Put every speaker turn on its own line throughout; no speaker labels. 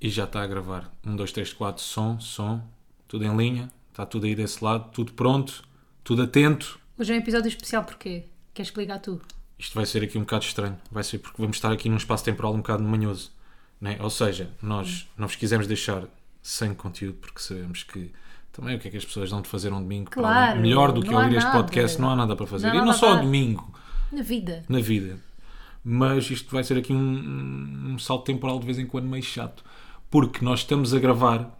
E já está a gravar. 1, 2, 3, 4, som, som. Tudo em linha. Está tudo aí desse lado. Tudo pronto. Tudo atento.
Hoje é um episódio especial porque queres que liga a tu?
Isto vai ser aqui um bocado estranho. Vai ser porque vamos estar aqui num espaço temporal um bocado manhoso. Né? Ou seja, nós não vos quisemos deixar sem conteúdo porque sabemos que também o que é que as pessoas dão de fazer um domingo para
Claro,
além- melhor do que
não há
ouvir este
nada.
podcast. Não há nada para fazer.
Não há
e não
nada
só
a
ao
dar.
domingo.
Na vida.
na vida. Mas isto vai ser aqui um, um salto temporal de vez em quando meio chato. Porque nós estamos a gravar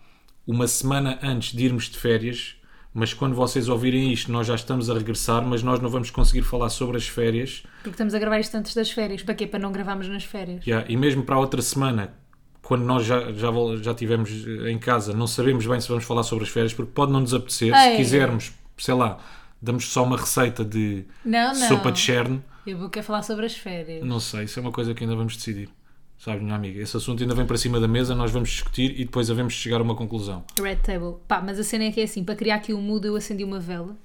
uma semana antes de irmos de férias, mas quando vocês ouvirem isto, nós já estamos a regressar, mas nós não vamos conseguir falar sobre as férias.
Porque estamos a gravar isto antes das férias. Para quê? Para não gravarmos nas férias.
Já, E mesmo para a outra semana, quando nós já, já, vol- já tivemos eh, em casa, não sabemos bem se vamos falar sobre as férias, porque pode não nos apetecer. Se
Ei.
quisermos, sei lá, damos só uma receita de
Não, não.
sopa de cherne.
Eu vou querer falar sobre as férias.
Não sei, isso é uma coisa que ainda vamos decidir. Sabe, minha amiga, esse assunto ainda vem para cima da mesa, nós vamos discutir e depois havemos de chegar a uma conclusão.
Red Table. Pá, mas a cena é que é assim. Para criar aqui o mood eu acendi uma vela.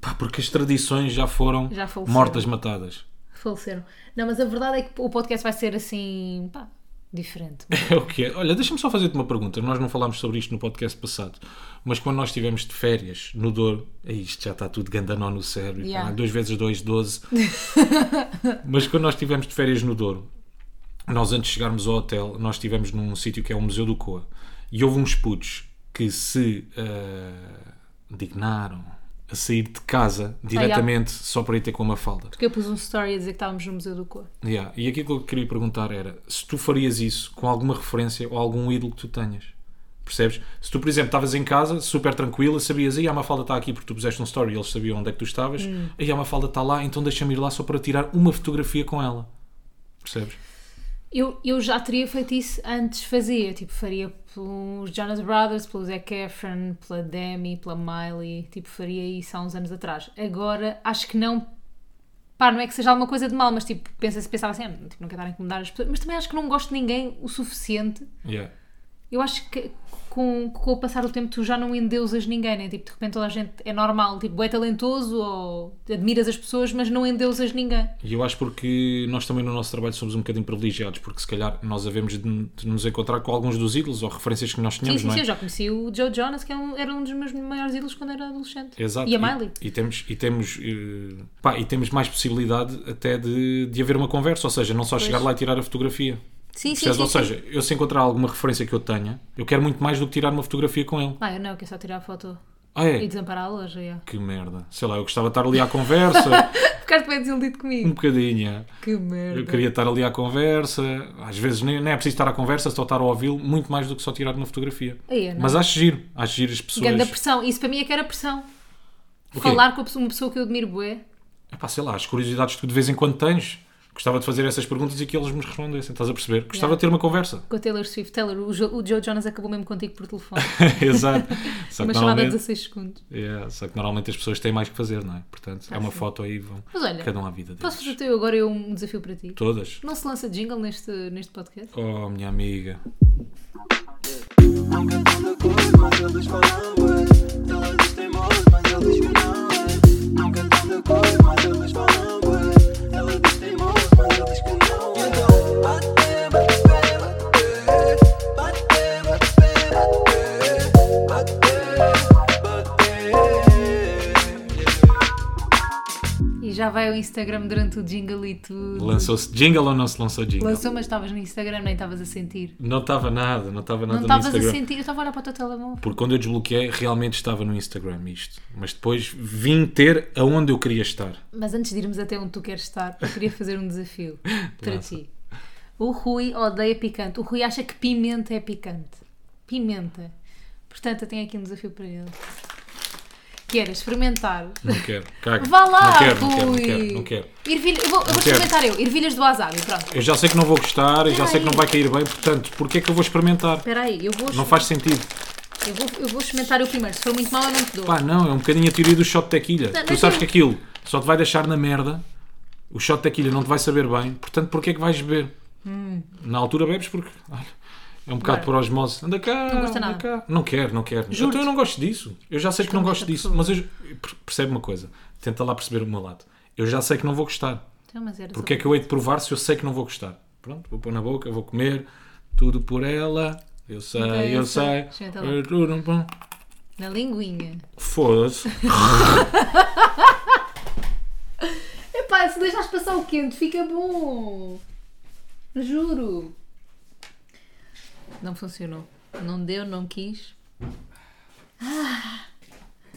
Pá, porque as tradições já foram
Já faleceram.
mortas, matadas.
Faleceram. Não, mas a verdade é que o podcast vai ser assim... Pá, diferente.
É o que é. Olha, deixa-me só fazer-te uma pergunta. Nós não falámos sobre isto no podcast passado, mas quando nós estivemos de férias no Douro, aí isto já está tudo gandanó no cérebro.
Yeah.
caralho, dois vezes dois, doze. mas quando nós estivemos de férias no Douro, nós antes de chegarmos ao hotel, nós estivemos num sítio que é o Museu do Coa. E houve uns putos que se ah, dignaram a sair de casa diretamente só para ir ter com a Mafalda.
Porque eu pus um story a dizer que estávamos no Museu do Cor.
Yeah. E aquilo que eu queria perguntar era se tu farias isso com alguma referência ou algum ídolo que tu tenhas. Percebes? Se tu, por exemplo, estavas em casa, super tranquila, sabias, e a Mafalda está aqui porque tu puseste um story e eles sabiam onde é que tu estavas,
Hum.
e a Mafalda está lá, então deixa-me ir lá só para tirar uma fotografia com ela. Percebes?
Eu, eu já teria feito isso antes, fazia. Tipo, faria pelos Jonas Brothers, pelo Zac Efron, pela Demi, pela Miley. Tipo, faria isso há uns anos atrás. Agora, acho que não. Pá, não é que seja alguma coisa de mal, mas tipo, pensa pensava assim, "Ah, tipo, não quero estar a incomodar as pessoas. Mas também acho que não gosto de ninguém o suficiente.
Yeah.
Eu acho que com, com o passar do tempo tu já não endeusas ninguém, né? Tipo, de repente toda a gente é normal, tipo, é talentoso ou admiras as pessoas, mas não endeusas ninguém.
E eu acho porque nós também no nosso trabalho somos um bocadinho privilegiados, porque se calhar nós havemos de, de nos encontrar com alguns dos ídolos ou referências que nós
Sim,
tínhamos,
sim,
não
sim,
é?
eu já conheci o Joe Jonas, que é um- era um dos meus maiores ídolos quando era adolescente.
Exato.
E a Miley.
E, temos, e, temos, eh, pá, e temos mais possibilidade até de, de haver uma conversa, ou seja, não só chegar lá e tirar a fotografia.
Sim, sim,
Percebes?
sim.
ou
sim.
seja, eu se encontrar alguma referência que eu tenha, eu quero muito mais do que tirar uma fotografia com ele.
Ah, eu não, eu quero só tirar a foto
Ah,
e
é?
desampará-la hoje. Yeah.
Que merda. Sei lá, eu gostava de estar ali à conversa,
Ficaste bem desiludido
um
comigo.
bocadinho. é.
Que
Eu
merda.
queria estar ali à conversa, às vezes nem, nem é preciso estar à conversa, só estar a ouvi-lo, muito mais do que só tirar uma fotografia.
Aí, eu É, não.
Mas acho giro, acho giro as pessoas.
Ganda pressão. Isso para mim é que era pressão.
O quê?
Falar com a pessoa- uma pessoa que eu admiro bué.
Epá, sei lá, as curiosidades que tu de vez em quando tens. Gostava de fazer essas perguntas e que eles me respondessem. Estás a perceber? Gostava de ter uma conversa.
Com a Taylor Swift. Taylor, o, Jo- o Joe Jonas acabou mesmo contigo por telefone.
Exato. Só que,
Uma chamada de
normalmente,
16 segundos.
Yeah, só que normalmente as pessoas têm mais que fazer, não é? Portanto, é uma foto aí, vão
Tá Mas olha,
cada um à vida deles.
posso fazer teu agora eu um desafio para ti?
Todas.
Não se lança jingle neste, neste podcast?
Oh, minha amiga.
Nunca tanta coisa, mas eles falam bué. Eles teimosas, mas eles que não é. Nunca tanta coisa, mas eles falam bué. Eles teimosas, mas eles que não é. Então, bate, bate, bate, bate, bate, bate, bate, bate.
E já vai ao Instagram durante o jingle e tudo.
Lançou-se jingle ou não se lançou jingle?
Lançou, mas estavas no Instagram, nem estavas a sentir.
Não estava nada, não estava
Não
nada no
estavas assim. a
Instagram.
sentir, eu estava a olhar para o teu telemóvel.
Porque quando eu desbloqueei, realmente estava no Instagram isto. Mas depois vim ter aonde eu queria estar.
Mas antes de irmos até onde tu queres estar, eu queria fazer um desafio para ti. O Rui odeia picante. O Rui acha que pimenta é picante. Pimenta. Portanto, eu tenho aqui um desafio para ele. Que era experimentar.
Não quero. Caga.
Vá lá,
não quero,
Rui!
não quero, não quero, não quero.
Ervilha- eu vou, eu vou
quero.
experimentar eu. Ervilhas do wasabi, pronto.
Eu já sei que não vou gostar, eu já sei que não
Ai.
vai cair bem, portanto, porque é que eu vou experimentar?
Espera aí, eu vou,
Não faz sentido.
eu, vou, eu vou experimentar eu primeiro. Se for muito mal, eu não te dou.
Pá, não, é um bocadinho a teoria do shot de tequila.
Não,
tu
não
sabes
é
que aquilo só te vai deixar na merda, o shot de tequila não te vai saber bem, portanto, porque é que vais beber?
Hum.
Na altura bebes porque olha, é um bocado
Bora.
por osmose. Anda cá,
Não gosta
anda
nada.
cá. Não quero, não quero.
Juro-te.
Então eu não gosto disso. Eu já sei que não
Experimenta,
gosto disso,
por
mas eu per- percebe uma coisa, tenta lá perceber o meu lado. Eu já sei que não vou gostar.
Então, mas era só-
Porque é que eu hei de provar se eu sei que não vou gostar? Pronto, vou pôr na boca, vou comer, tudo por ela. Eu sei,
Então, eu
eu,
sei.
sei.
Senta lá.
Eu tô num pão.
Na linguinha.
Foda-se.
Epá, se deixares passar o quente, fica bom. Juro. Não funcionou. Não deu, não quis.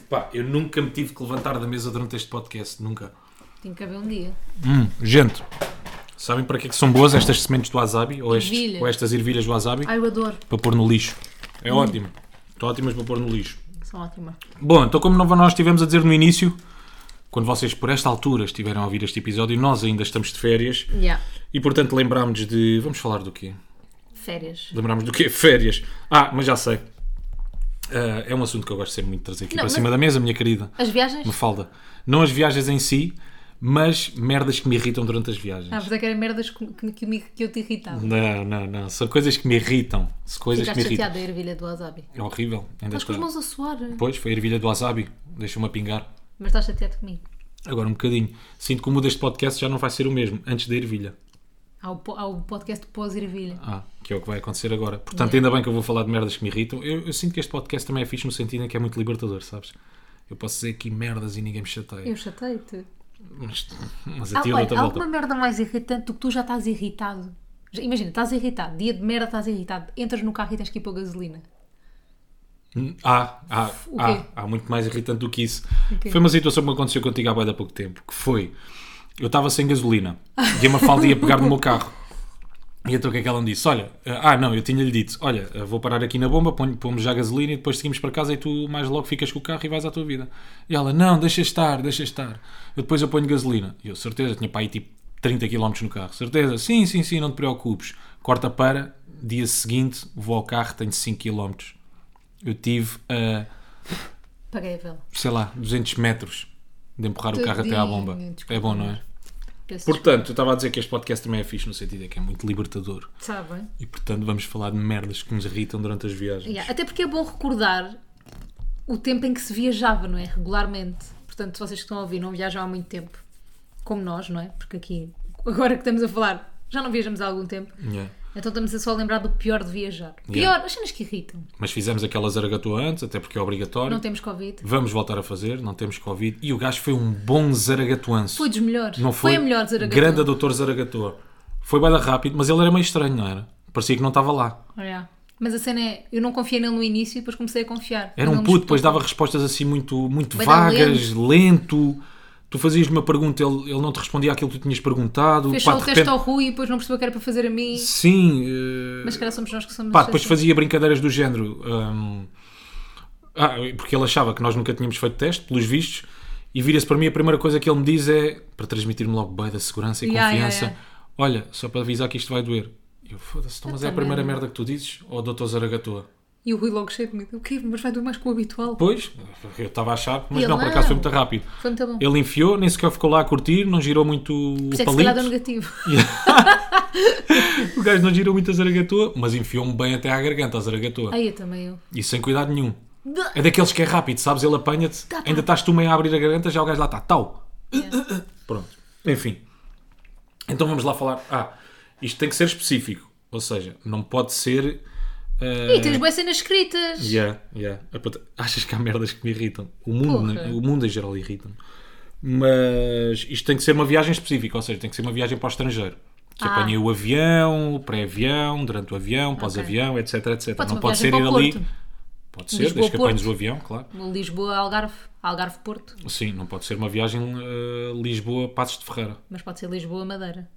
Pá, eu nunca me tive que levantar da mesa durante este podcast, nunca.
Tem que haver um dia.
Hum, Gente, sabem para que é que são boas estas sementes do wasabi? Ou, estes-
Ervilhas.
ou estas ervilhas do wasabi?
Ai, eu adoro.
Para pôr no lixo. É ótimo. Estão ótimas para pôr no lixo.
São ótimas.
Bom, então como nova- nós estivemos a dizer no início, quando vocês por esta altura estiverem a ouvir este episódio, nós ainda estamos de férias
Yeah.
e portanto lembrámos de... Vamos falar do quê?
Férias.
Lembrámos do quê? Férias. Ah, mas já sei. Ah, é um assunto que eu gosto sempre muito de trazer aqui
Não,
para
mas-
cima da mesa, minha querida.
As viagens?
Uma falda. Não as viagens em si, mas merdas que me irritam durante as viagens.
Ah, mas é que era merdas que, que, que me- que eu te irritava.
Não, não, não. São coisas que me irritam. São coisas
Ficaste Então
que me irritam.
chateada da ervilha do wasabi.
É horrível. Ainda
Estás com as
estou-
mãos a suar,
Pois, foi a ervilha do wasabi. Deixa-me a pingar.
mas estás chateado comigo.
Agora um bocadinho. Sinto que o mundo deste podcast já não vai ser o mesmo, antes da ervilha.
Há o, po- há o podcast pós-ervilha.
Ah, que é o que vai acontecer agora. Portanto, ainda bem que eu vou falar de merdas que me irritam. Eu, eu sinto que este podcast também é fixe no sentido em que é muito libertador, sabes? Eu posso dizer aqui merdas e ninguém me chateia.
Eu chateio-te.
Mas, mas
Ah,
a tia
olha,
outra
há
volta.
alguma merda mais irritante do que tu já estás irritado? Já- Imagina, estás irritado, dia de merda estás irritado, entras no carro e tens que ir pôr gasolina.
Hum, Há, há,
O quê?
há, há muito mais irritante do que isso.
quê?
Foi uma situação que me aconteceu contigo há bué de há pouco tempo, que foi, eu estava sem gasolina e a Mafalda ia pegar no meu carro. E então o que é que ela me disse? Olha, ah não, eu tinha-lhe dito, olha, eh, vou parar aqui na bomba, ponho- pomos já gasolina e depois seguimos para casa e tu mais logo ficas com o carro e vais à tua vida. E ela, não, deixa estar, deixa estar. Eu depois eu ponho gasolina. E eu, certeza, tinha para aí tipo 30 km no carro. Certeza, sim, sim, sim, não te preocupes. Corta para, dia seguinte, vou ao carro, tenho 5 km. Eu tive a,
Paguei a vela.
sei lá, 200 metros de empurrar o carro até à bomba.
Tadinho, desculpa.
É bom, não é?
Peço
Portanto, eu estava a dizer que este podcast também é fixe no sentido de que é muito libertador.
desculpa. Sabem?
E portanto vamos falar de merdas que nos irritam durante as viagens.
Yeah, Até porque é bom recordar o tempo em que se viajava, não é? Regularmente. Portanto, se vocês que estão a ouvir não viajam há muito tempo, como nós, não é? Porque aqui, agora que estamos a falar, já não viajamos há algum tempo.
Yeah.
Então estamos a só lembrar do pior de viajar. Pior, as cenas que irritam.
Mas fizemos aquela zaragatua antes, até porque é obrigatório.
Não temos Covid.
Vamos voltar a fazer, não temos Covid. E o gajo foi um bom zaragatuanço.
Foi dos melhores.
não foi,
a melhor zaragatua.
Grande doutor zaragatua. Foi bada rápido, mas ele era meio estranho, não era? Parecia que não estava lá.
Yeah. Mas a cena é, eu não confiei nele no início e depois comecei a confiar.
Era
Ele
um
me
puto, depois
explicou.
dava respostas assim muito, muito
Bué de
vagas, lento. Tu fazias-lhe uma pergunta, ele, ele não te respondia àquilo que tu tinhas perguntado.
Fez
Pá,
só o
de
teste
repente-
ao Rui e depois não percebeu que era para fazer a mim.
Sim. eh,
Mas que era somos nós que somos.
Pá, depois
assim.
fazia brincadeiras do género. hum, ah, porque ele achava que nós nunca tínhamos feito teste, pelos vistos, e vira-se para mim, a primeira coisa que ele me diz é, para transmitir-me logo bem da segurança e
Yeah,
confiança,
yeah,
olha, só para avisar que isto vai doer. E Eu, foda-se, então, mas é a
também
primeira
não.
merda que tu dizes, ou o doutor Zaragatua?
E o Rui logo cheio de medo. O quê? Mas vai doer mais que o habitual.
Pois, eu estava a achar, mas
Ele
não, por acaso foi
não.
muito rápido.
Foi muito bom. Por
Ele enfiou, nem sequer ficou lá a curtir, não girou muito o
isso é que se calhar deu
palito.
negativo.
O gajo não girou muito a Zaragatua, mas enfiou-me bem até à garganta a Zaragatua.
Aí eu também eu.
E sem cuidado nenhum. É daqueles que é rápido, sabes? Ele apanha-te,
Tá,
ainda estás tu meio a abrir a garganta, já o gajo lá está, tal. Pronto. Enfim. Então vamos lá falar. Ah, isto tem que ser específico. Ou seja, não pode ser. eh,
E tens boas cenas escritas.
yeah, yeah. Ah, puta, Achas que há merdas que me irritam? O mundo, né?
Porra.
o mundo em geral irrita-me. Mas isto tem que ser uma viagem específica, ou seja, tem que ser uma viagem para o estrangeiro. Que
Ah.
apanhei o avião, o pré-avião, durante o avião, pós-avião, etc, etc.
Pode ser
não
uma
pode ser ir
viagem para o
ali.
Porto.
Pode ser,
Lisboa,
desde que apanhes
Porto.
o avião, claro.
Lisboa, Algarve. Algarve, Porto.
Sim, não pode ser uma viagem eh, Lisboa-Passos de Ferreira.
Mas pode ser Lisboa, Madeira.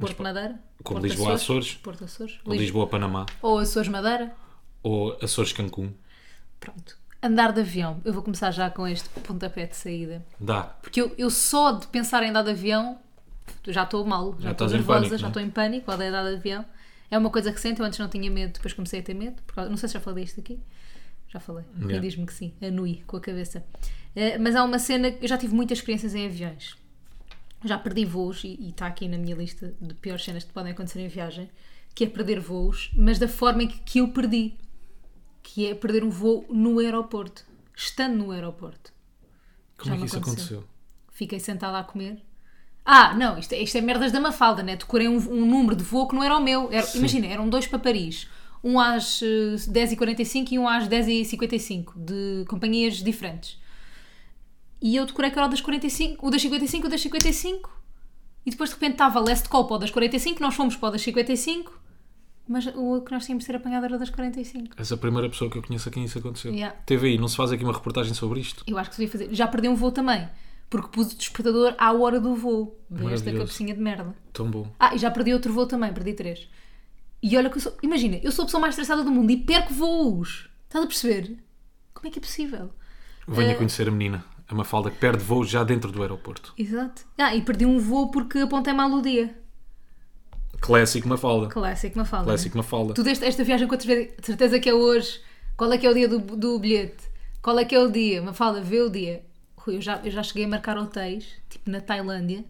Porto, Madeira.
Como
Porto,
Lisboa, Açores.
Porto, Açores.
Ou Lisboa-Panamá.
Ou Açores, Madeira.
Ou Açores-Cancún.
Pronto. Andar de avião. Eu vou começar já com este pontapé de saída.
Dá.
Porque eu, eu só de pensar em andar de avião já estou mal, já,
Já
estou
estás em
nervosa,
pânico,
já
não é?
estou em pânico ao andar de avião. É uma coisa recente, eu antes não tinha medo, depois comecei a ter medo. por causa- não sei se já falei disto aqui. Já falei.
Yeah.
E diz-me que sim, anui com a cabeça. Eh, mas há uma cena, que- eu já tive muitas experiências em aviões. Já perdi voos e e está aqui na minha lista de piores cenas que podem acontecer em viagem, que é perder voos, mas da forma em que, que eu perdi, que é perder um voo no aeroporto, estando no aeroporto.
Como
Já
é
me
que isso
aconteceu.
aconteceu?
Fiquei sentada a comer. Ah, não, isto, é- isto é merdas da Mafalda, né? Decorei um, um número de voo que não era o meu. Era- imagina, eram dois para Paris. um às eh, 10h45 e um às 10h55, de companhias diferentes. E eu decorei que era o das 45, o das 55, o das 55, e depois de repente estava Last Call para o das 45, nós fomos para o das 55, mas o que nós tínhamos de ser apanhado era o das 45.
És a primeira pessoa que eu conheço a quem isso aconteceu.
Yeah.
TVI, não se faz aqui uma reportagem sobre isto?
Eu acho que devia fazer. Já perdi um voo também, porque pus o despertador à hora do voo. Vê Esta
Maravilhoso.
cabecinha de merda.
Tão bom.
Ah, e já perdi outro voo também, perdi três. E olha que eu sou. Imagina, eu sou a pessoa mais estressada do mundo e perco voos. Estás a perceber? Como é que é possível?
Venha
Eh,
conhecer a menina, a Mafalda, que perde voo já dentro do aeroporto.
Exato. Ah, e perdi um voo porque apontei mal o dia.
Clássico Mafalda.
Clássico, uma fala. né?
Clássico Mafalda.
Tu deste esta viagem quantas vezes? De certeza que é hoje. Qual é que é o dia do, do bilhete? Qual é que é o dia? Me fala, vê o dia. Rui, eu já, eu já cheguei a marcar hotéis, tipo na Tailândia,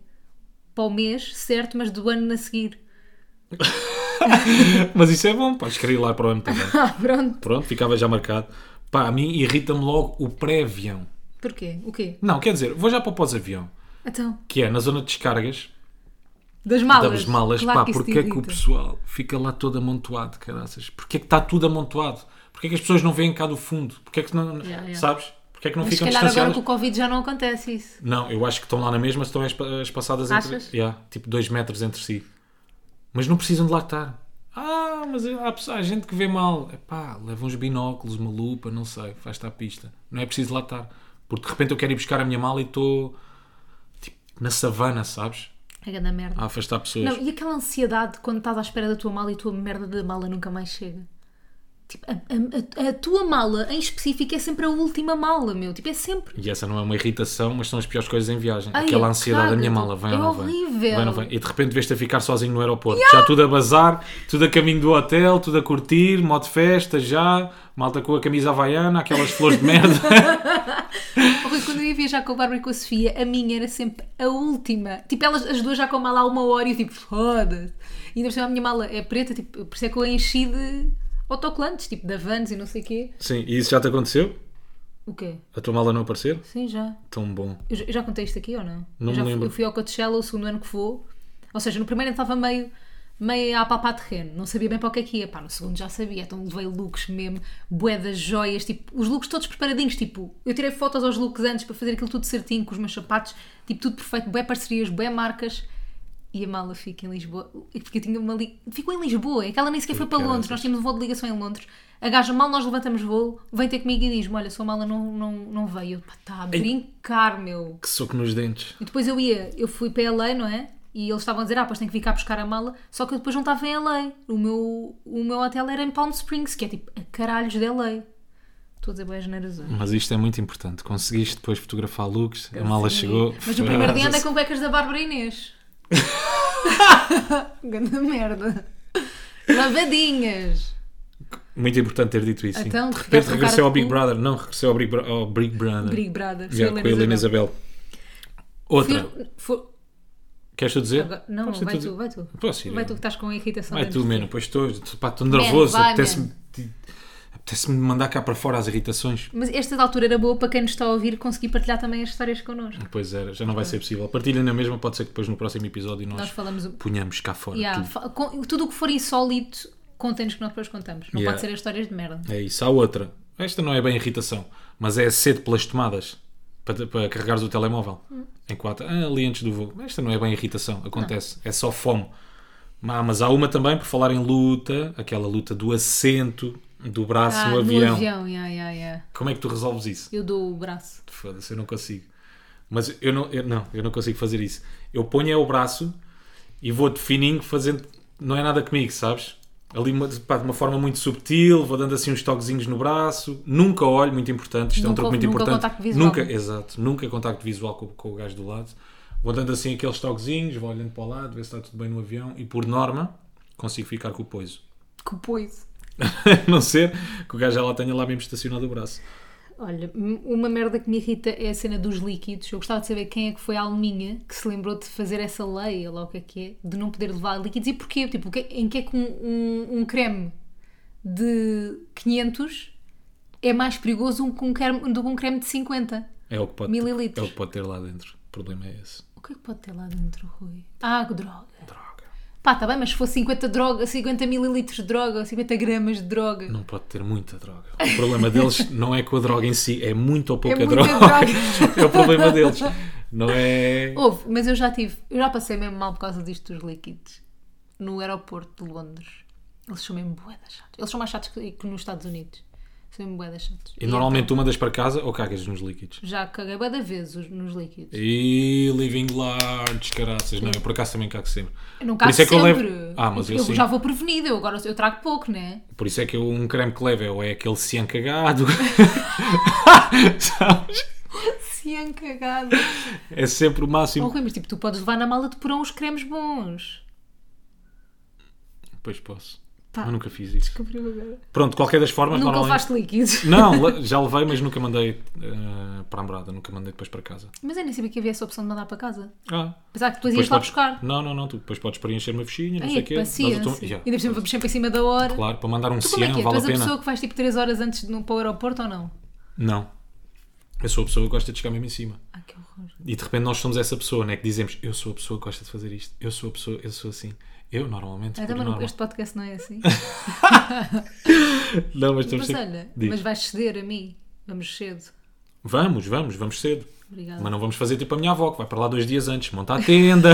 para o mês certo, mas do ano a seguir.
Mas isso é bom, pá, querer ir lá para o ano também.
Ah, pronto.
Pronto, ficava já marcado. Pá, a mim irrita-me logo o pré-avião.
Porquê? O quê?
Não, quer dizer, vou já para o pós-avião,
Então,
que é na zona de descargas,
das malas.
damos malas,
Claro
pá,
isso te
porque é que o
irrita.
pessoal fica lá todo amontoado, caraças? Porque é que está tudo amontoado? Porque é que as pessoas não veem cá do fundo? Porque é que não,
yeah.
sabes? Porque é que não
Mas se
ficam
calhar agora
distanciadas?
com o Covid já não acontece isso.
Não, eu acho que estão lá na mesma, estão espa- espaçadas
Achas?
entre, yeah, tipo 2 metros entre si. Mas não precisam de lá estar. Ah, mas há, pessoa- há gente que vê mal. Epá, leva uns binóculos, uma lupa, não sei, faz-te à pista. Não é preciso lá estar. Porque de repente eu quero ir buscar a minha mala e estou tipo, na savana, sabes?
É grande merda.
A afastar pessoas.
Não, e aquela ansiedade quando estás à espera da tua mala e a tua merda da mala nunca mais chega? Tipo, a, a- a- a tua mala em específico é sempre a última mala, meu. Tipo, é sempre.
E essa não é uma irritação, mas são as piores coisas em viagem.
Ai,
Aquela ansiedade da minha
caga-te.
mala, vem
É
ou não vem?
horrível.
Vem ou não vem? E de repente vês-te a ficar sozinho no aeroporto. Já tudo a bazar, tudo a caminho do hotel, tudo a curtir, modo festa já, malta com a camisa havaiana, aquelas flores de merda.
Oh, Rui, quando eu ia viajar com a Bárbara e com a Sofia, a minha era sempre a última. Tipo, elas as duas já com a mala há uma hora e eu tipo, foda-se. E ainda por cima a minha mala é preta, tipo, por isso é que eu a enchi de autocolantes, tipo, da Vans e não sei o quê.
Sim, e isso já te aconteceu?
O quê?
A tua mala não aparecer?
Sim, já.
Tão bom.
Eu já- eu já contei isto aqui ou não?
Não
eu
me
já fui-
lembro.
eu fui ao Coachella o segundo ano que vou. Ou seja, no primeiro ano estava meio, meio a papá terreno. Não sabia bem para o que é que ia. Pá, no segundo já sabia. Então levei looks mesmo, bué das joias. Tipo, os looks todos preparadinhos. Tipo, eu tirei fotos aos looks antes para fazer aquilo tudo certinho com os meus sapatos. Tipo, tudo perfeito. Bué parcerias, bué marcas. E a mala fica em Lisboa. É Porque eu tinha uma... Li... Ficou em Lisboa. É que ela nem sequer foi para
caraças.
Londres. Nós tínhamos um voo de ligação em Londres. A gaja, mal nós levantamos voo, vem ter comigo e diz-me, olha, a sua mala não, não, não veio. Eu, pá, tá a brincar, meu.
Que soco nos dentes.
E depois eu ia, eu fui para LA, não é? E eles estavam a dizer, ah, pois tenho que vir cá buscar a mala. Só que eu depois não estava em LA. O meu, o meu hotel era em Palm Springs, que é tipo a caralhos de LA. Estou a dizer boas neiras hoje.
Mas isto é muito importante. Conseguiste depois fotografar looks, a mala chegou.
Mas o primeiro dia andei com cuecas da Bárbara Inês. Grande merda. Lavadinhas.
Muito importante ter dito isso. sim.
Então,
de repente
ficaste com
regressei
cara
ao
de
Big
cu?
Brother. Não, regressei ao Big, Bro- ao Big Brother.
Big brother.
Já, com a Helena
Isabel.
Isabel. Outra.
Fui- fui-
Queres tu dizer?
Agora- Não,
Podes
vai
dizer.
tu, vai tu.
Posso ir?
Vai tu que estás com irritação.
Vai
dentro
tu,
de ti.
mano. Pois estou, estou- pá, estou
Man,
nervoso.
vai,
Apetece-me apetece-me mandar cá para fora as irritações.
Mas esta altura era boa para quem nos está a ouvir conseguir partilhar também as histórias connosco.
Pois era, já não vai ser possível. Partilha na mesma, pode ser que depois no próximo episódio nós,
Nós falamos. o-
punhamos cá fora
Yeah,
tudo.
fa- com- tudo o que for insólito, contem-nos que nós depois contamos. Não
Yeah.
pode ser as histórias de merda.
É isso. Há outra. Esta não é bem irritação, mas é cedo pelas tomadas para, para carregares o telemóvel. Em quatro. Ah, ali antes do voo. Esta não é bem irritação, acontece. É só fome. Ah, mas há uma também, por falar em luta, aquela luta do assento, do braço
Ah,
no um avião.
no avião, yeah, yeah, yeah.
Como é que tu resolves isso?
Eu dou o braço.
Foda-se, eu não consigo. Mas eu não, eu, não, eu não consigo fazer isso. Eu ponho é o braço e vou de fininho fazendo. Não é nada comigo, sabes? Ali uma- pá, de uma forma muito subtil, vou dando assim uns toquezinhos no braço. Nunca olho, muito importante. Isto é um
Nunca-
truque muito
nunca
importante.
contacto visual.
Nunca, exato, nunca é contacto visual com, com o gajo do lado. Vou dando assim aqueles toquezinhos, vou olhando para o lado, ver se está tudo bem no avião e por norma consigo ficar com o poiso.
Que pois.
a não ser que o gajo já lá tenha lá mesmo estacionado o braço.
Olha, m- uma merda que me irrita é a cena dos líquidos. Eu gostava de saber quem é que foi a alminha que se lembrou de fazer essa lei, ou lá o que é que é, de não poder levar líquidos e porquê? Tipo, o que- em que é que um, um- um creme de 500 é mais perigoso um- que um creme- do que um creme de 50?
É o que pode,
Mililitros.
É o que pode ter lá dentro. O problema é esse.
O que é que pode ter lá dentro, Rui? Ah, que droga.
Droga.
Pá, está bem, mas se for 50, droga, 50 mililitros de droga ou 50 gramas de droga.
Não pode ter muita droga. O problema deles não é com a droga em si, é muito ou pouca
muita
droga.
droga.
é o problema deles. Não é.
Houve, mas eu já tive, eu já passei mesmo mal por causa disto dos líquidos no aeroporto de Londres. Eles são mesmo boedas chatos. Eles são mais chatos que, que nos Estados Unidos. São mesmo boedas chatos.
E normalmente tu mandas para casa ou cagas nos líquidos?
então, já caguei bué da vez os- nos líquidos.
E living large, caraças. Não, eu por acaso também cago sempre.
Eu não
Por
cago
isso é que eu
sempre.
levo- Ah, mas eu sim.
já vou prevenida, eu agora eu trago pouco, né?
Por isso é que eu- um creme que levo é ou é aquele cian cagado. Sabes?
Cian cagado.
É sempre o
Oh,
máximo.
Rui, mas tipo, tu podes levar na mala de porão os cremes bons.
Pois posso.
Tá.
Eu nunca fiz isso.
Descobriu agora.
Pronto, de qualquer das formas,
Nunca
normalmente-
levaste líquidos.
Não, le- já levei, mas nunca mandei eh, para a morada, nunca mandei depois para casa.
Mas eu nem sabia que havia essa opção de mandar para casa.
Ah,
Apesar que
depois
depois, ias lá
podes-
buscar.
Não, não, não, tu depois podes preencher uma fichinha, não
Ai,
sei
é
o quê.
que
dás o
paciência.
tom- Já,
E depois vamos sempre em cima da hora.
Claro, para mandar um
Como é
cian
que é? Tu
vale
és
a
a
pena.
pessoa que vais tipo 3 horas antes de não para o aeroporto ou não?
Não. Eu sou a pessoa que gosta de chegar mesmo em cima.
Ai, que horror.
E de repente nós somos essa pessoa, né? Que dizemos, eu sou a pessoa que gosta de fazer isto, eu sou a pessoa, eu sou assim. Eu, normalmente,
Ah,
por
também não-
norma.
este podcast não é assim.
Não, mas temos
mas
sempre-
olha,
Diz.
mas vais ceder a mim. Vamos cedo.
Vamos, vamos, vamos cedo.
Obrigada.
Mas não vamos fazer tipo a minha avó, que vai para lá dois dias antes, monta a tenda,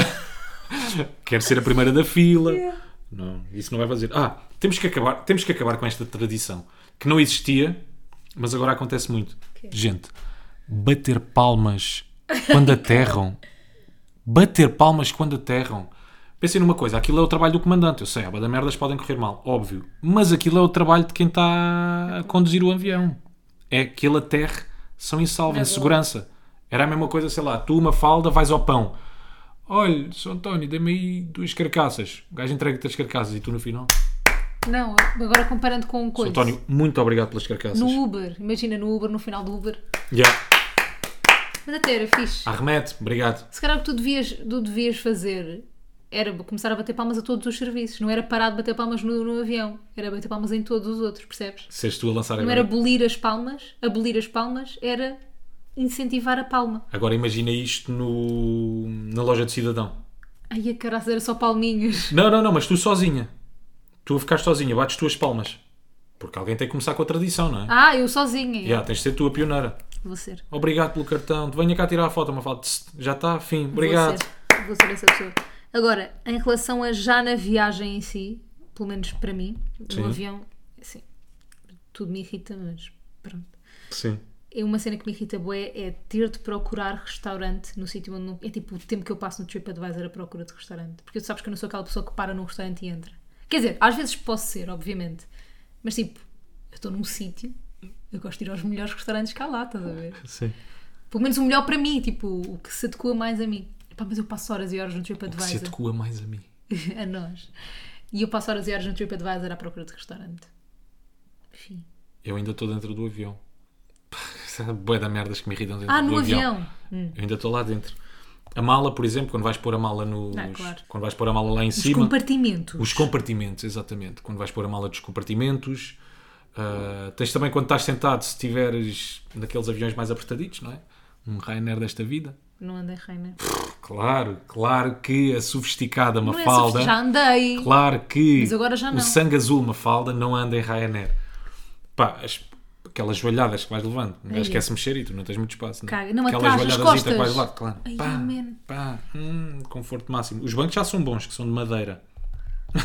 quer ser a primeira da fila. Não, isso não vai fazer. Ah, temos que, acabar, temos que acabar com esta tradição que não existia, mas agora acontece muito. Gente, bater palmas quando aterram. bater palmas quando aterram. Pensem numa coisa, aquilo é o trabalho do comandante. Eu sei, a da merdas podem correr mal, óbvio. Mas aquilo é o trabalho de quem está a conduzir o avião. É que ele aterre são em salvo,
É
em segurança. Era a mesma coisa, sei lá, tu uma falda vais ao pão. Olha, São António, dê-me aí duas carcaças. O gajo entrega-te as carcaças e tu no final.
Não, agora comparando com
São
coisa.
António, muito obrigado pelas carcaças.
No Uber, imagina no Uber, no final do Uber.
Yeah.
Mas até era fixe.
Arremete, obrigado.
Se calhar o que tu devias, tu devias fazer era começar a bater palmas a todos os serviços. Não era parar de bater palmas no, no avião. Era bater palmas em todos os outros, percebes?
Se és tu a lançar
Não
agora.
era abolir as palmas. Abolir as palmas era incentivar a palma.
Agora imagina isto no... na loja de cidadão.
Ai, a caraças, era só palminhas.
Não, não, não, mas tu sozinha. Tu a ficar sozinha, bates tuas palmas. Porque alguém tem que começar com a tradição, não é?
Ah, eu sozinha.
Yeah, tens de ser tu a pioneira.
Vou ser.
Obrigado pelo cartão. Venha cá tirar a foto, uma foto. Tss, Já está, fim. Obrigado.
Vou ser, vou ser essa pessoa. Agora, em relação a já na viagem em si, pelo menos para mim,
Sim.
no avião, assim, tudo me irrita, mas pronto.
Sim.
É uma cena que me irrita bué é ter de procurar restaurante no sítio onde não... É tipo o tempo que eu passo no TripAdvisor à procura de restaurante. Porque tu sabes que eu não sou aquela pessoa que para num restaurante e entra. Quer dizer, às vezes posso ser, obviamente. Mas tipo, eu estou num sítio, eu gosto de ir aos melhores restaurantes que há lá, estás a ver?
Sim.
Pelo menos o melhor para mim, tipo, o que se adequa mais a mim. Epá, mas eu passo horas e horas no
Que se
TripAdvisor.
adequa mais a mim.
a nós. E eu passo horas e horas no TripAdvisor à procura de restaurante. Enfim.
Eu ainda estou dentro do avião. Boa da merdas que me irritam dentro
Ah,
do
no
avião.
avião.
Eu ainda estou lá dentro. A mala, por exemplo, quando vais pôr a mala nos...
Ah, claro.
Quando vais pôr a mala lá em
Os
cima...
compartimentos.
Os compartimentos, exatamente. Quando vais pôr a mala dos compartimentos. Ah, tens também quando estás sentado, se tiveres naqueles aviões mais apertaditos, não é? Um Ryanair desta vida.
Não andei, né? Reina.
Claro, claro que a sofisticada
Não é
Mafalda.
sofis- já andei.
Claro que
Mas agora já não.
o sangue azul Mafalda não anda em Ryanair. Pá, as- aquelas joelhadas que vais levando. Um
Ai,
gajo quer-se mexer e tu não tens muito espaço. Não? é?
Caga. Não,
aquelas
atrás, nas
joelhadasitas que vais
costas.
lá, claro.
Ai, é
pá,
amém.
pá, hum, conforto máximo. Os bancos já são bons, que são de madeira.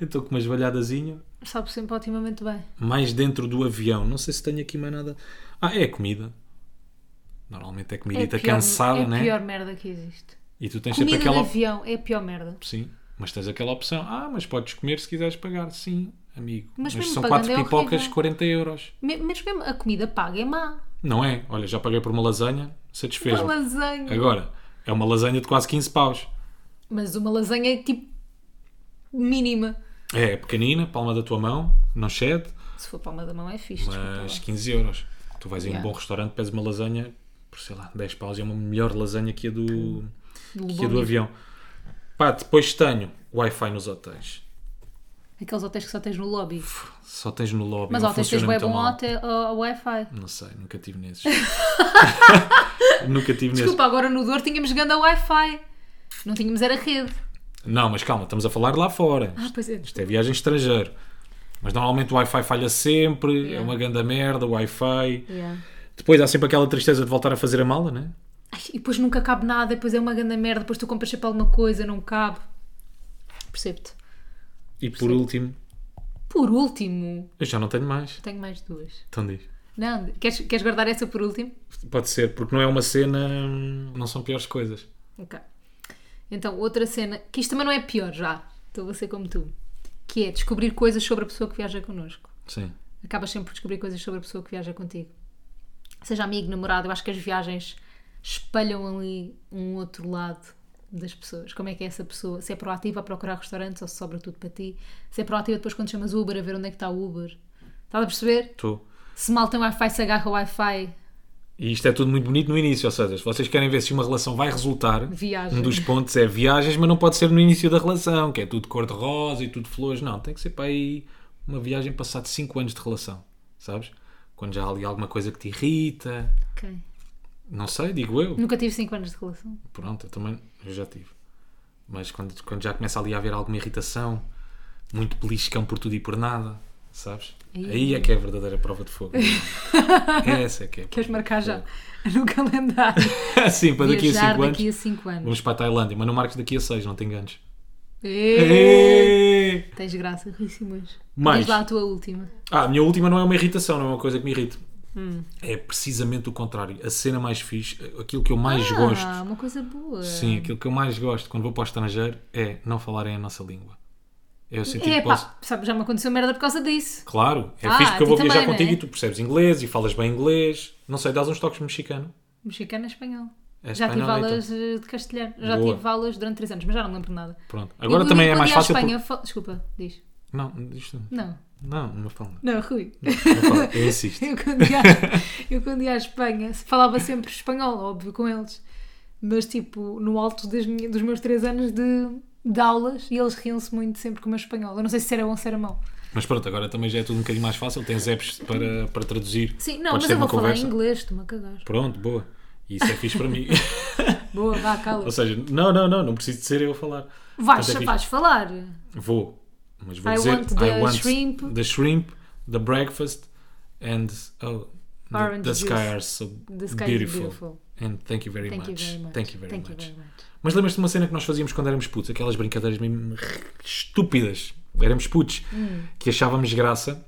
Eu estou com uma joelhadazinha
Sabe sempre otimamente bem.
mais dentro do avião. Não sei se tenho aqui mais nada. Ah, é a comida. Normalmente é comida
a pior-
cansada,
é a
né?
pior merda que existe.
E tu tens
Comida
sempre aquela
de avião é a pior merda.
Sim, mas tens aquela opção. Ah, mas podes comer se quiseres pagar. Sim, amigo.
Mas
Mas,
mesmo
são
pagando
quatro
é
pipocas,
horrível.
40 euros.
Me- Mas mesmo a comida paga é má.
Não é? Olha, já paguei por uma lasanha, satisfez
Uma lasanha.
Agora, é uma lasanha de quase 15 paus.
Mas uma lasanha é tipo mínima.
É pequenina, palma da tua mão, não cede,
Se for palma da mão é fixe. desculpa
mas
lá.
15 euros. Tu vais a um
Yeah.
bom restaurante, pedes uma lasanha por, sei lá, 10 paus. É uma melhor lasanha que a do, que a do
Lubomir.
avião. Pá, depois tenho Wi-Fi nos hotéis.
Aqueles hotéis que só tens no lobby.
Só tens no lobby.
Mas
não
hotéis tens
funciona
bem
muito
bom
mal.
hotel, ó, ó, Wi-Fi.
Não sei, nunca tive nesses. nunca tive nesses.
Desculpa, agora no Douro tínhamos grande a Wi-Fi. Não tínhamos era rede.
Não, mas calma, estamos a falar lá fora.
Ah, pois é.
Isto é viagem estrangeiro. Mas normalmente o Wi-Fi falha sempre, é
Yeah.
uma grande merda o Wi-Fi.
Yeah.
Depois há sempre aquela tristeza de voltar a fazer a mala, né?
Ai, e depois nunca cabe nada, depois é uma grande merda, depois tu compras sempre alguma coisa, não cabe. Percebo-te.
E por último,
Por último,
eu já não tenho mais.
tenho mais duas.
Então diz.
Não, queres, queres guardar essa por último?
Pode ser, porque não é uma cena. hum, Não são piores coisas.
Ok. Então, outra cena, que isto também não é pior já, estou a ser como tu, que é descobrir coisas sobre a pessoa que viaja connosco.
Sim.
Acabas sempre por descobrir coisas sobre a pessoa que viaja contigo. Seja amigo, namorado, eu acho que as viagens espalham ali um outro lado das pessoas. Como é que é essa pessoa? Se é proativa a procurar restaurantes ou se sobra tudo para ti? Se é proativa depois quando chamas Uber a ver onde é que está o Uber? Estás a perceber?
Estou.
Se mal tem Wi-Fi, se agarra o Wi-Fi.
E isto é tudo muito bonito no início, ou seja, se vocês querem ver se uma relação vai resultar,
Viagem.
um dos pontos é viagens, mas não pode ser no início da relação, que é tudo cor-de-rosa e tudo flores, não, tem que ser para aí uma viagem passado 5 anos de relação, sabes? Quando já há ali alguma coisa que te irrita,
Ok.
não sei, digo eu,
Nunca tive 5 anos de relação.
pronto, eu também eu já tive, mas quando, quando já começa ali a haver alguma irritação, muito beliscão por tudo e por nada, sabes?
Aí-
Aí é que é a verdadeira prova de fogo. Essa é que é. a
Queres
prova de
marcar já
fogo.
no calendário?
Sim, para daqui a 5
Viajar
anos.
daqui a 5 anos.
Vamos para a Tailândia, mas não marques daqui a 6, não te enganes.
Ê!
Ê!
Tens graça, Rui Simões.
Mais.
Diz lá a tua última.
Ah, a minha última não é uma irritação, não é uma coisa que me irrite.
Hum.
É precisamente o contrário. A cena mais fixe, aquilo que eu mais
Ah,
gosto,
uma coisa boa.
sim, aquilo que eu mais gosto quando vou para o estrangeiro é não falarem a nossa língua. É o sentido
É
que posso.
pá, sabe, já me aconteceu merda por causa disso.
Claro, é
Ah,
fixe porque eu
tu
vou viajar
também, não é?
contigo e tu percebes inglês e falas bem inglês. Não sei, dás uns toques mexicano.
Mexicano é espanhol.
É
já tive
espanhol,
aulas eh, de castelhano. Já
Boa.
tive aulas durante 3 anos, mas já não me lembro de nada.
Pronto. Agora
Eu
também é
quando
mais
ia à
fácil.
Espanha, fal- Desculpa, diz.
Por... Não, isto...
Não,
não, não falo. nada.
não, Rui.
Não falo, eu insisto.
Eu quando, ia à, eu quando ia à Espanha falava sempre espanhol, óbvio, com eles. Mas tipo, no alto das minha- dos meus 3 anos de, de aulas, e eles riam-se muito sempre com o meu espanhol. Eu não sei se era bom ou se era mau.
Mas pronto, agora também já é tudo um bocadinho mais fácil. Tens apps para, para traduzir.
Sim, não,
Podes
mas
ter
eu
uma
vou falar em inglês, estou-me a cagar.
Pronto, boa. Isso é fixe para mim.
Boa, vá, cala.
Ou seja, não, não, não, não preciso de ser eu a falar.
Vais,
Portanto, é
vais falar.
fixe. Vou. Mas vou
I
dizer,
want the
I want
shrimp.
the shrimp, the breakfast and oh, the-
Orange
the
juice.
sky are so
The sky
beautiful.
is beautiful.
And thank you very
Thank you
much.
very much.
Thank you very
Thank
much.
you very much.
Mas lembras-te de uma cena que nós fazíamos quando éramos putos? Aquelas brincadeiras mesmo estúpidas. Éramos putos.
Hum.
Que achávamos graça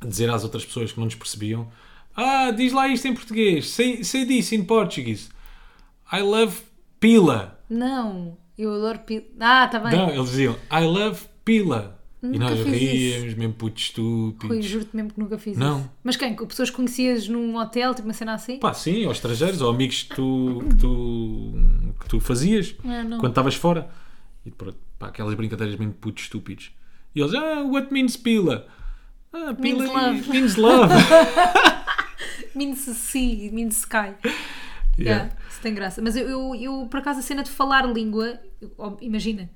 a dizer às outras pessoas que não nos percebiam Ah, diz lá isto em português. Say, say this in Portuguese. I love pila.
Não, eu adoro pila. Ah, está bem.
Não, eles diziam I love pila. e
Nunca
nós
fiz
ríamos, mesmo putos estúpidos.
Rui, juro-te mesmo que nunca fiz
Não.
isso. Mas quem? Com pessoas que conhecias num hotel, tipo uma cena assim?
Pá, sim, aos estrangeiros, ou amigos que tu, que tu, que tu fazias
Ah, não.
quando estavas fora. E pronto, pá, aquelas brincadeiras mesmo putos estúpidos. E eles, ah, what means pila? Ah, pila
Means
é-
love."
means love.
Means sea, means sky.
Yeah.
Yeah, Isso tem graça. Mas eu, eu, eu, por acaso, a cena de falar língua, eu- ó, imagina,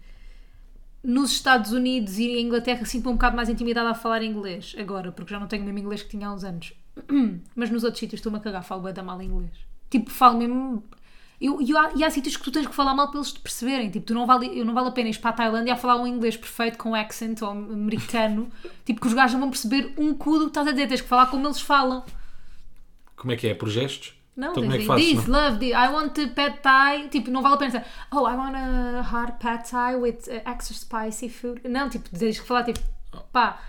nos Estados Unidos e em Inglaterra sinto-me um bocado mais intimidada a falar inglês agora, porque já não tenho o mesmo inglês que tinha há uns anos. Mas nos outros sítios estou-me a cagar, falo bem da mal inglês. Tipo, falo mesmo. Eu, e há, e há sítios que tu tens que falar mal para eles te perceberem. Tipo, tu não vale, eu não vale a pena ir para a Tailândia a falar um inglês perfeito com accent ou americano. tipo, que os gajos não vão perceber um cu do que estás a dizer. Tens que falar como eles falam.
Como é que é? Por gestos?
Não,
Então, como é que
tens
fazes?
aí,
não?
this, love, this, I want a pad thai. Tipo, não vale a pena dizer, oh, I want a hard pad thai with uh, extra spicy food. Não, tipo, tens que falar, tipo,
Oh.
pá,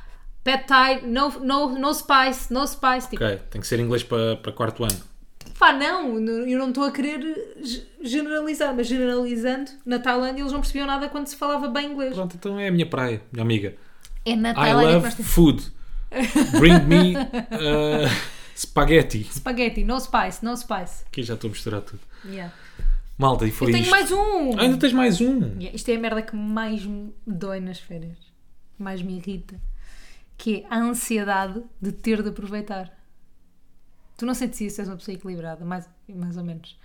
pad thai, no, no, no spice, no spice. Tipo,
Ok, tem que ser inglês para, para quarto ano.
pá, não, n- eu não estou a querer ge- generalizar, mas generalizando, na Tailândia eles não percebiam nada quando se falava bem inglês.
Pronto, então é a minha praia, minha amiga.
É na
I
Tailândia que
love
nós temos
food. Bring me uh, spaghetti.
spaghetti, no spice, no spice.
Aqui já estou a misturar tudo.
Yeah.
Malta, e foi
Eu tenho
isto.
mais um!
Ah, ainda tens mais um.
Yeah, isto é a merda que mais me dói nas férias, mais me irrita, que é a ansiedade de ter de aproveitar. Tu não sentes isso, és uma pessoa equilibrada, mais, mais ou menos.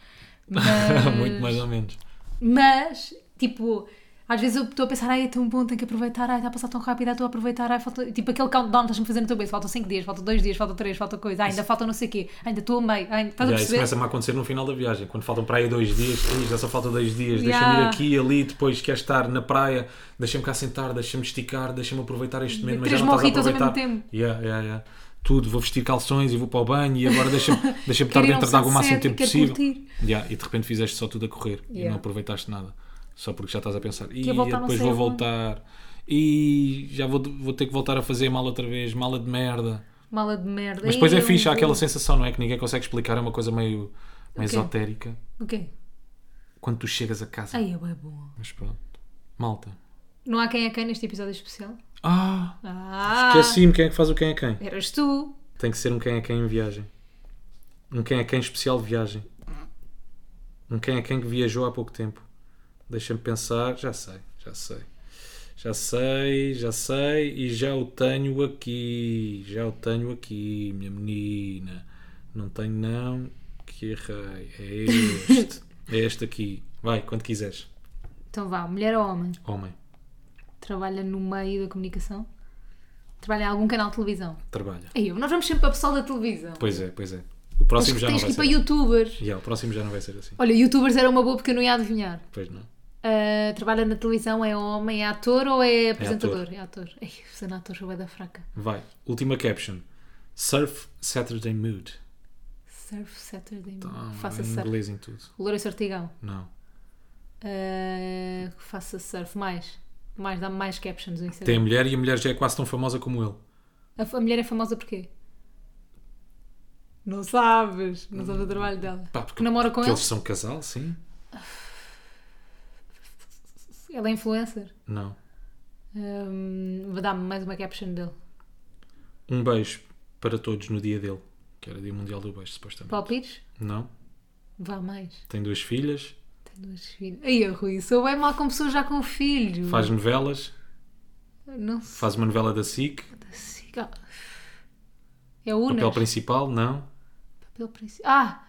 Mas,
Muito mais ou menos.
mas, tipo, Às vezes eu estou a pensar, ai, é tão bom, tenho que aproveitar, ai, está a passar tão rápido, ai, estou a aproveitar, ai, falta. Tipo aquele countdown que estás-me fazendo no teu beijo, faltam 5 dias, faltam 2 dias, falta 3, falta coisa, ai, ainda falta não sei o quê, ainda estou a meio, ai, estás a
Yeah, isso
perceber?
começa-me a acontecer no final da viagem, quando faltam para aí dois dias, "Ih, já só falta dois dias, deixa-me ir
Yeah.
aqui e ali, depois quer estar na praia, deixa-me cá sentar, deixa-me esticar, deixa-me aproveitar este momento, mas já
Três
não estás a
mojitos ao mesmo
aproveitar.
tempo.
Yeah, yeah, yeah. Tudo, vou vestir calções e vou para o banho e agora deixa-me deixa estar
Quero ir ao
dentro de água o máximo
um sunset e
tempo
quero
possível.
curtir.
Yeah, e de repente fizeste só tudo a correr e
Yeah.
não aproveitaste nada. Só porque já estás a pensar, e
ia voltar não é?"
depois
sei
vou
aonde."
voltar, e já vou, vou ter que voltar a fazer mal outra vez, mala de merda.
Mala de merda.
Mas depois
Ei,
é
eu
fixe, há
vou-
aquela sensação, não é? Que ninguém consegue explicar, é uma coisa meio, meio
um O quê?
esotérica.
O quê?
Quando tu chegas a casa.
Ai, é bué bom.
Mas pronto. Malta.
Não há quem é quem neste episódio especial?
Ah!
Ah!
Esqueci-me quem é que faz o quem é quem.
Eras tu.
Tem que ser um quem é quem em viagem. Um quem é quem especial de viagem. Um quem é quem que viajou há pouco tempo. Deixa-me pensar, já sei, já sei. Já sei, já sei e já o tenho aqui. Já o tenho aqui, minha menina. Não tenho não, que errei. É este. é este aqui. Vai, quando quiseres.
Então vá, mulher ou homem?
Homem,
Trabalha no meio da comunicação? Trabalha em algum canal de televisão?
trabalha.
Aí, nós vamos sempre para o pessoal da televisão.
Pois é, pois é. O próximo
Mas
já não
tens que
vai
ir
ser.
para youtubers.
Já, o próximo já não vai ser assim.
Olha, youtubers era uma boa porque eu não ia adivinhar.
Pois não.
Ah, trabalha na televisão, é homem, é ator ou é apresentador?
ator.
É ator. Ai, sendo ator, sou bué da fraca.
Vai. Última caption. Surf Saturday Mood.
Surf Saturday.
Ah,
faça
em
surf.
inglês em tudo.
Lourenço Ortigão.
Não.
Ah, faça surf. Mais. Mais, dá-me mais captions
Tem
no
a
Instagram.
mulher e a mulher já é quase tão famosa como ele.
A, a mulher é famosa porquê? Não sabes. Não sabes o trabalho dela.
Pá,
Que namora com
porque
ele?
eles são casal, sim?
Ela é influencer.
Não.
Hum, vou dar-me mais uma caption dele.
Um beijo para todos no dia dele, que era dia mundial do beijo, supostamente.
Paulo Pires?
Não.
Vá mais.
Tem duas filhas,
Tem duas filhas. Aí, ó, Rui, sou bem mal como pessoa já com filho.
faz novelas,
Não sei.
faz uma novela da SIC,
se- ah. É o Unas?
papel principal, não.
Papel princi- Ah!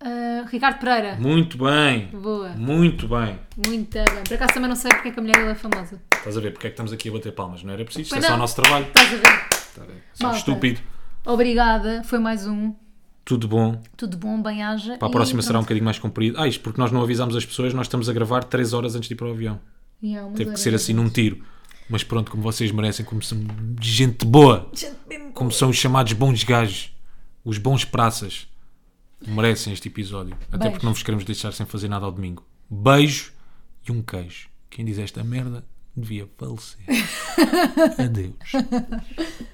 ah, Ricardo Pereira.
Muito bem!
Boa.
Muito bem!
Muito bem. Por acaso também não sei porque é que a mulher dele é famosa.
Estás a ver porque é que estamos aqui a bater palmas? Não era preciso, isto é
Pois
só o
não.
nosso trabalho.
Estás a ver?
Está bem. Sou um
Malta.
estúpido.
Obrigada. Foi mais um.
Tudo bom.
Tudo bom, bem-aja.
Para a
E
próxima será um
pronto.
bocadinho mais comprido. Ah, isto porque nós não avisámos as pessoas, nós estamos a gravar 3 horas antes de ir para o avião.
E há umas
Teve que
horas
ser
de-
assim num tiro. Mas pronto, como vocês merecem, como são gente boa, como são os chamados bons gajos, os bons praças, merecem este episódio. Até
Beijo.
porque não vos queremos deixar sem fazer nada ao domingo. Beijo e um queijo. Quem diz esta merda devia falecer. Adeus.